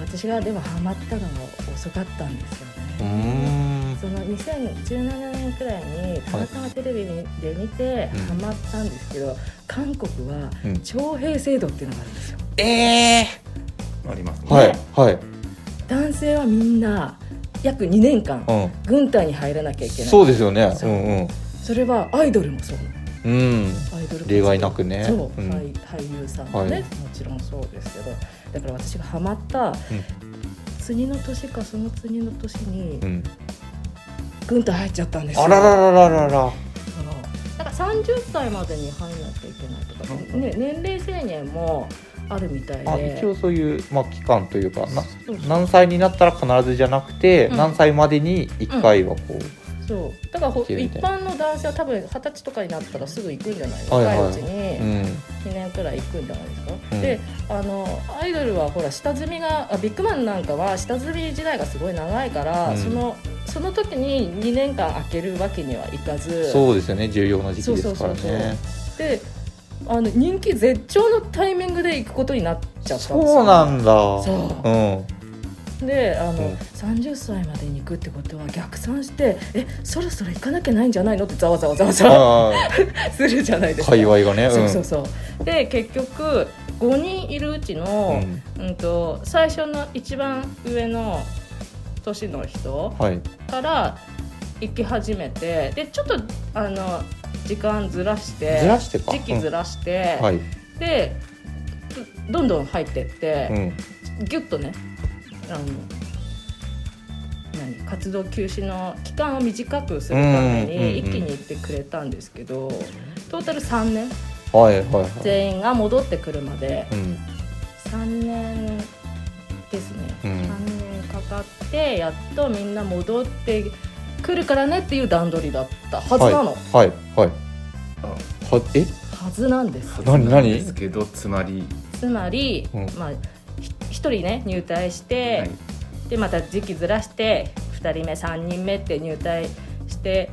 [SPEAKER 5] 私がでもハマったのも遅かったんですよ
[SPEAKER 3] う
[SPEAKER 5] ね、
[SPEAKER 3] んうーん
[SPEAKER 5] その2017年くらいにたまたまテレビで見て
[SPEAKER 3] うん
[SPEAKER 5] ハマったんですけど、韓国は
[SPEAKER 3] うん
[SPEAKER 5] 徴兵制度っていうのがあるんですよ
[SPEAKER 3] ええ
[SPEAKER 4] ありますね
[SPEAKER 3] はいはい
[SPEAKER 5] 男性はみんな約2年間
[SPEAKER 3] う
[SPEAKER 5] 軍隊に入らなきゃい
[SPEAKER 3] ん
[SPEAKER 5] けない
[SPEAKER 3] そうですよね
[SPEAKER 5] そううんそれはアイドルもそうなの
[SPEAKER 3] うんうん
[SPEAKER 5] アイドル活動
[SPEAKER 3] 例外なくね
[SPEAKER 5] そう、
[SPEAKER 3] うん
[SPEAKER 5] 俳俳優さんもね、
[SPEAKER 3] はい
[SPEAKER 5] もちろんそうですけどだから私がハマった次の年かその次の年に
[SPEAKER 3] うん
[SPEAKER 5] 軍隊入っちゃったんですよ
[SPEAKER 3] あらららららら
[SPEAKER 5] そのなんか30歳までに入らなきゃいけないとか、ね、年齢制限もあるみたい
[SPEAKER 3] あ
[SPEAKER 5] で
[SPEAKER 3] 一応そういうまあ期間というかな
[SPEAKER 5] そうそう
[SPEAKER 3] 何歳になったら必ずじゃなくて
[SPEAKER 5] うん
[SPEAKER 3] 何歳までに一回はこう
[SPEAKER 5] そうだからほ
[SPEAKER 3] いけるみ
[SPEAKER 5] 一
[SPEAKER 3] たい
[SPEAKER 5] 般の男性は多分二十歳とかになったらすぐ行くんじゃない
[SPEAKER 3] はいは
[SPEAKER 5] 若
[SPEAKER 3] い
[SPEAKER 5] いうち
[SPEAKER 3] う
[SPEAKER 5] に
[SPEAKER 3] ん
[SPEAKER 5] 2年くらい行くんじゃないですか、
[SPEAKER 3] うん
[SPEAKER 5] であのアイドルはほら下積みがあビッグマンなんかは下積み時代がすごい長いから、
[SPEAKER 3] うん
[SPEAKER 5] そのその時に2年間空けるわけにはいかず
[SPEAKER 3] そうですよね重要な時期
[SPEAKER 5] そう
[SPEAKER 3] で
[SPEAKER 5] そう
[SPEAKER 3] す
[SPEAKER 5] そ
[SPEAKER 3] か
[SPEAKER 5] う
[SPEAKER 3] らね
[SPEAKER 5] であの人気絶頂のタイミングで行くことになっちゃったんですよ
[SPEAKER 3] そうなんだ
[SPEAKER 5] そう
[SPEAKER 3] うん
[SPEAKER 5] であ
[SPEAKER 3] う
[SPEAKER 5] の
[SPEAKER 3] ん
[SPEAKER 5] 30歳までに行くってことは逆算してえそろそろ行かなきゃないんじゃないのってざわざわざわざわ
[SPEAKER 3] あ
[SPEAKER 5] するじゃないで
[SPEAKER 3] ー
[SPEAKER 5] すか。
[SPEAKER 3] 界隈がね
[SPEAKER 5] そうそうそうで結局5人いるうち
[SPEAKER 3] うん
[SPEAKER 5] の
[SPEAKER 3] う、ん
[SPEAKER 5] うん、と最初の一番上の年の人
[SPEAKER 3] はい
[SPEAKER 5] から行き始めてでちょっとあの時間ずらして
[SPEAKER 3] ずらしてか
[SPEAKER 5] 時期ずらして、
[SPEAKER 3] はい
[SPEAKER 5] でどんどん入ってって。
[SPEAKER 3] うん
[SPEAKER 5] ギュッとねあの何活動休止の期間を短くするため
[SPEAKER 3] うんうんうん
[SPEAKER 5] に一気に行ってくれたんですけど、トータル3年
[SPEAKER 3] はいはいはい
[SPEAKER 5] 全員が戻ってくるまで
[SPEAKER 3] うん
[SPEAKER 5] 3年ですね、
[SPEAKER 3] うん
[SPEAKER 5] 3年かかってやっとみんな戻ってくるからねっていう段取りだったはずなの、
[SPEAKER 3] はいはいはえ
[SPEAKER 5] はずなんですよ
[SPEAKER 3] 何
[SPEAKER 4] で
[SPEAKER 3] 何
[SPEAKER 4] すけどつまり
[SPEAKER 5] つまり、
[SPEAKER 3] うん
[SPEAKER 5] まあひ一人ね入隊して、
[SPEAKER 4] はい
[SPEAKER 5] でまた時期ずらして2人目3人目って入隊して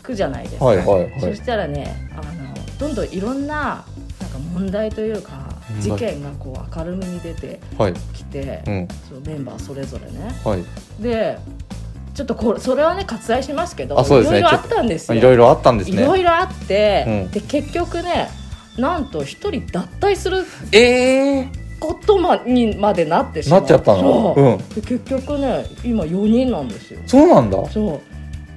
[SPEAKER 5] くじゃないですか、
[SPEAKER 3] はいはいは
[SPEAKER 5] そ
[SPEAKER 3] い
[SPEAKER 5] したらねあのどんどんいろんななんか問題というか
[SPEAKER 3] 問題
[SPEAKER 5] 事件がこう明るみに出て
[SPEAKER 3] はい
[SPEAKER 5] きて、
[SPEAKER 3] うん
[SPEAKER 5] そのメンバーそれぞれね
[SPEAKER 3] はい
[SPEAKER 5] でちょっとこれそれはね割愛しますけど
[SPEAKER 3] あそうですね
[SPEAKER 5] いろいろあったんです
[SPEAKER 3] あ
[SPEAKER 5] よ
[SPEAKER 3] いろいろあったんです
[SPEAKER 5] いろ
[SPEAKER 3] ね
[SPEAKER 5] いろあって、
[SPEAKER 3] うん
[SPEAKER 5] で結局ねなんと一人脱退する
[SPEAKER 3] ええ
[SPEAKER 5] ことまにまでなってしま
[SPEAKER 3] なっちゃったの
[SPEAKER 5] そう
[SPEAKER 3] うん
[SPEAKER 5] で結局ね今4人なんですよ
[SPEAKER 3] そうなんだ
[SPEAKER 5] そう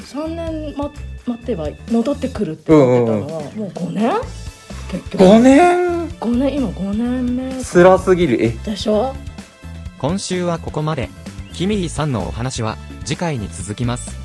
[SPEAKER 5] 3年待待ってば戻ってくるって思ってたのは、もう5年結局
[SPEAKER 3] 五年
[SPEAKER 5] 5年今5年目
[SPEAKER 3] 辛すぎるえ
[SPEAKER 5] でしょ
[SPEAKER 7] 今週はここまで。キミイさんのお話は次回に続きます。